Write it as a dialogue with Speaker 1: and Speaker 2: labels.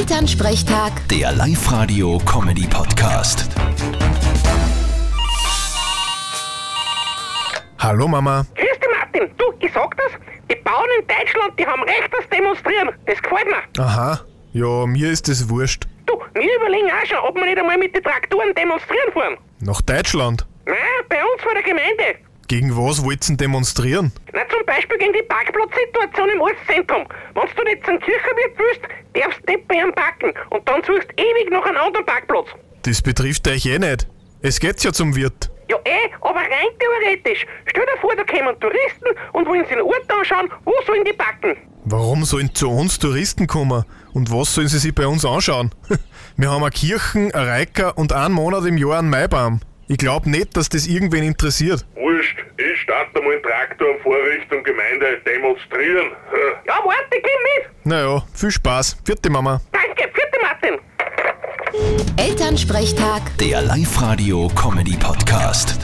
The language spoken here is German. Speaker 1: Elternsprechtag,
Speaker 2: Der Live-Radio-Comedy-Podcast.
Speaker 3: Hallo Mama.
Speaker 4: Grüß dich, Martin. Du, ich sag das, die Bauern in Deutschland, die haben recht, das Demonstrieren. Das gefällt mir.
Speaker 3: Aha. Ja, mir ist es wurscht.
Speaker 4: Du, wir überlegen auch schon, ob wir nicht einmal mit den Traktoren demonstrieren fahren.
Speaker 3: Nach Deutschland.
Speaker 4: Nein, bei uns vor der Gemeinde.
Speaker 3: Gegen was wollt's denn demonstrieren?
Speaker 4: Na, zum Beispiel gegen die Parkplatzsituation im Ortszentrum. Wenn du nicht zum Kirchenwirt willst, darfst du nicht bei ihm parken. Und dann suchst ewig nach einem anderen Parkplatz.
Speaker 3: Das betrifft euch eh nicht. Es geht's ja zum Wirt.
Speaker 4: Ja, eh, aber rein theoretisch. Stell dir vor, da kommen Touristen und wollen sich den Ort anschauen, wo sollen die parken?
Speaker 3: Warum sollen zu uns Touristen kommen? Und was sollen sie sich bei uns anschauen? Wir haben eine Kirchen, ein Reiker und einen Monat im Jahr einen Maibaum. Ich glaub nicht, dass das irgendwen interessiert.
Speaker 5: Wurscht, ich starte mal einen Traktor und fahre Richtung Gemeinde demonstrieren.
Speaker 4: Ja, warte, geh mit.
Speaker 3: Naja, viel Spaß. Vierte Mama.
Speaker 4: Danke, vierte Martin.
Speaker 1: Elternsprechtag.
Speaker 2: Der Live-Radio-Comedy-Podcast.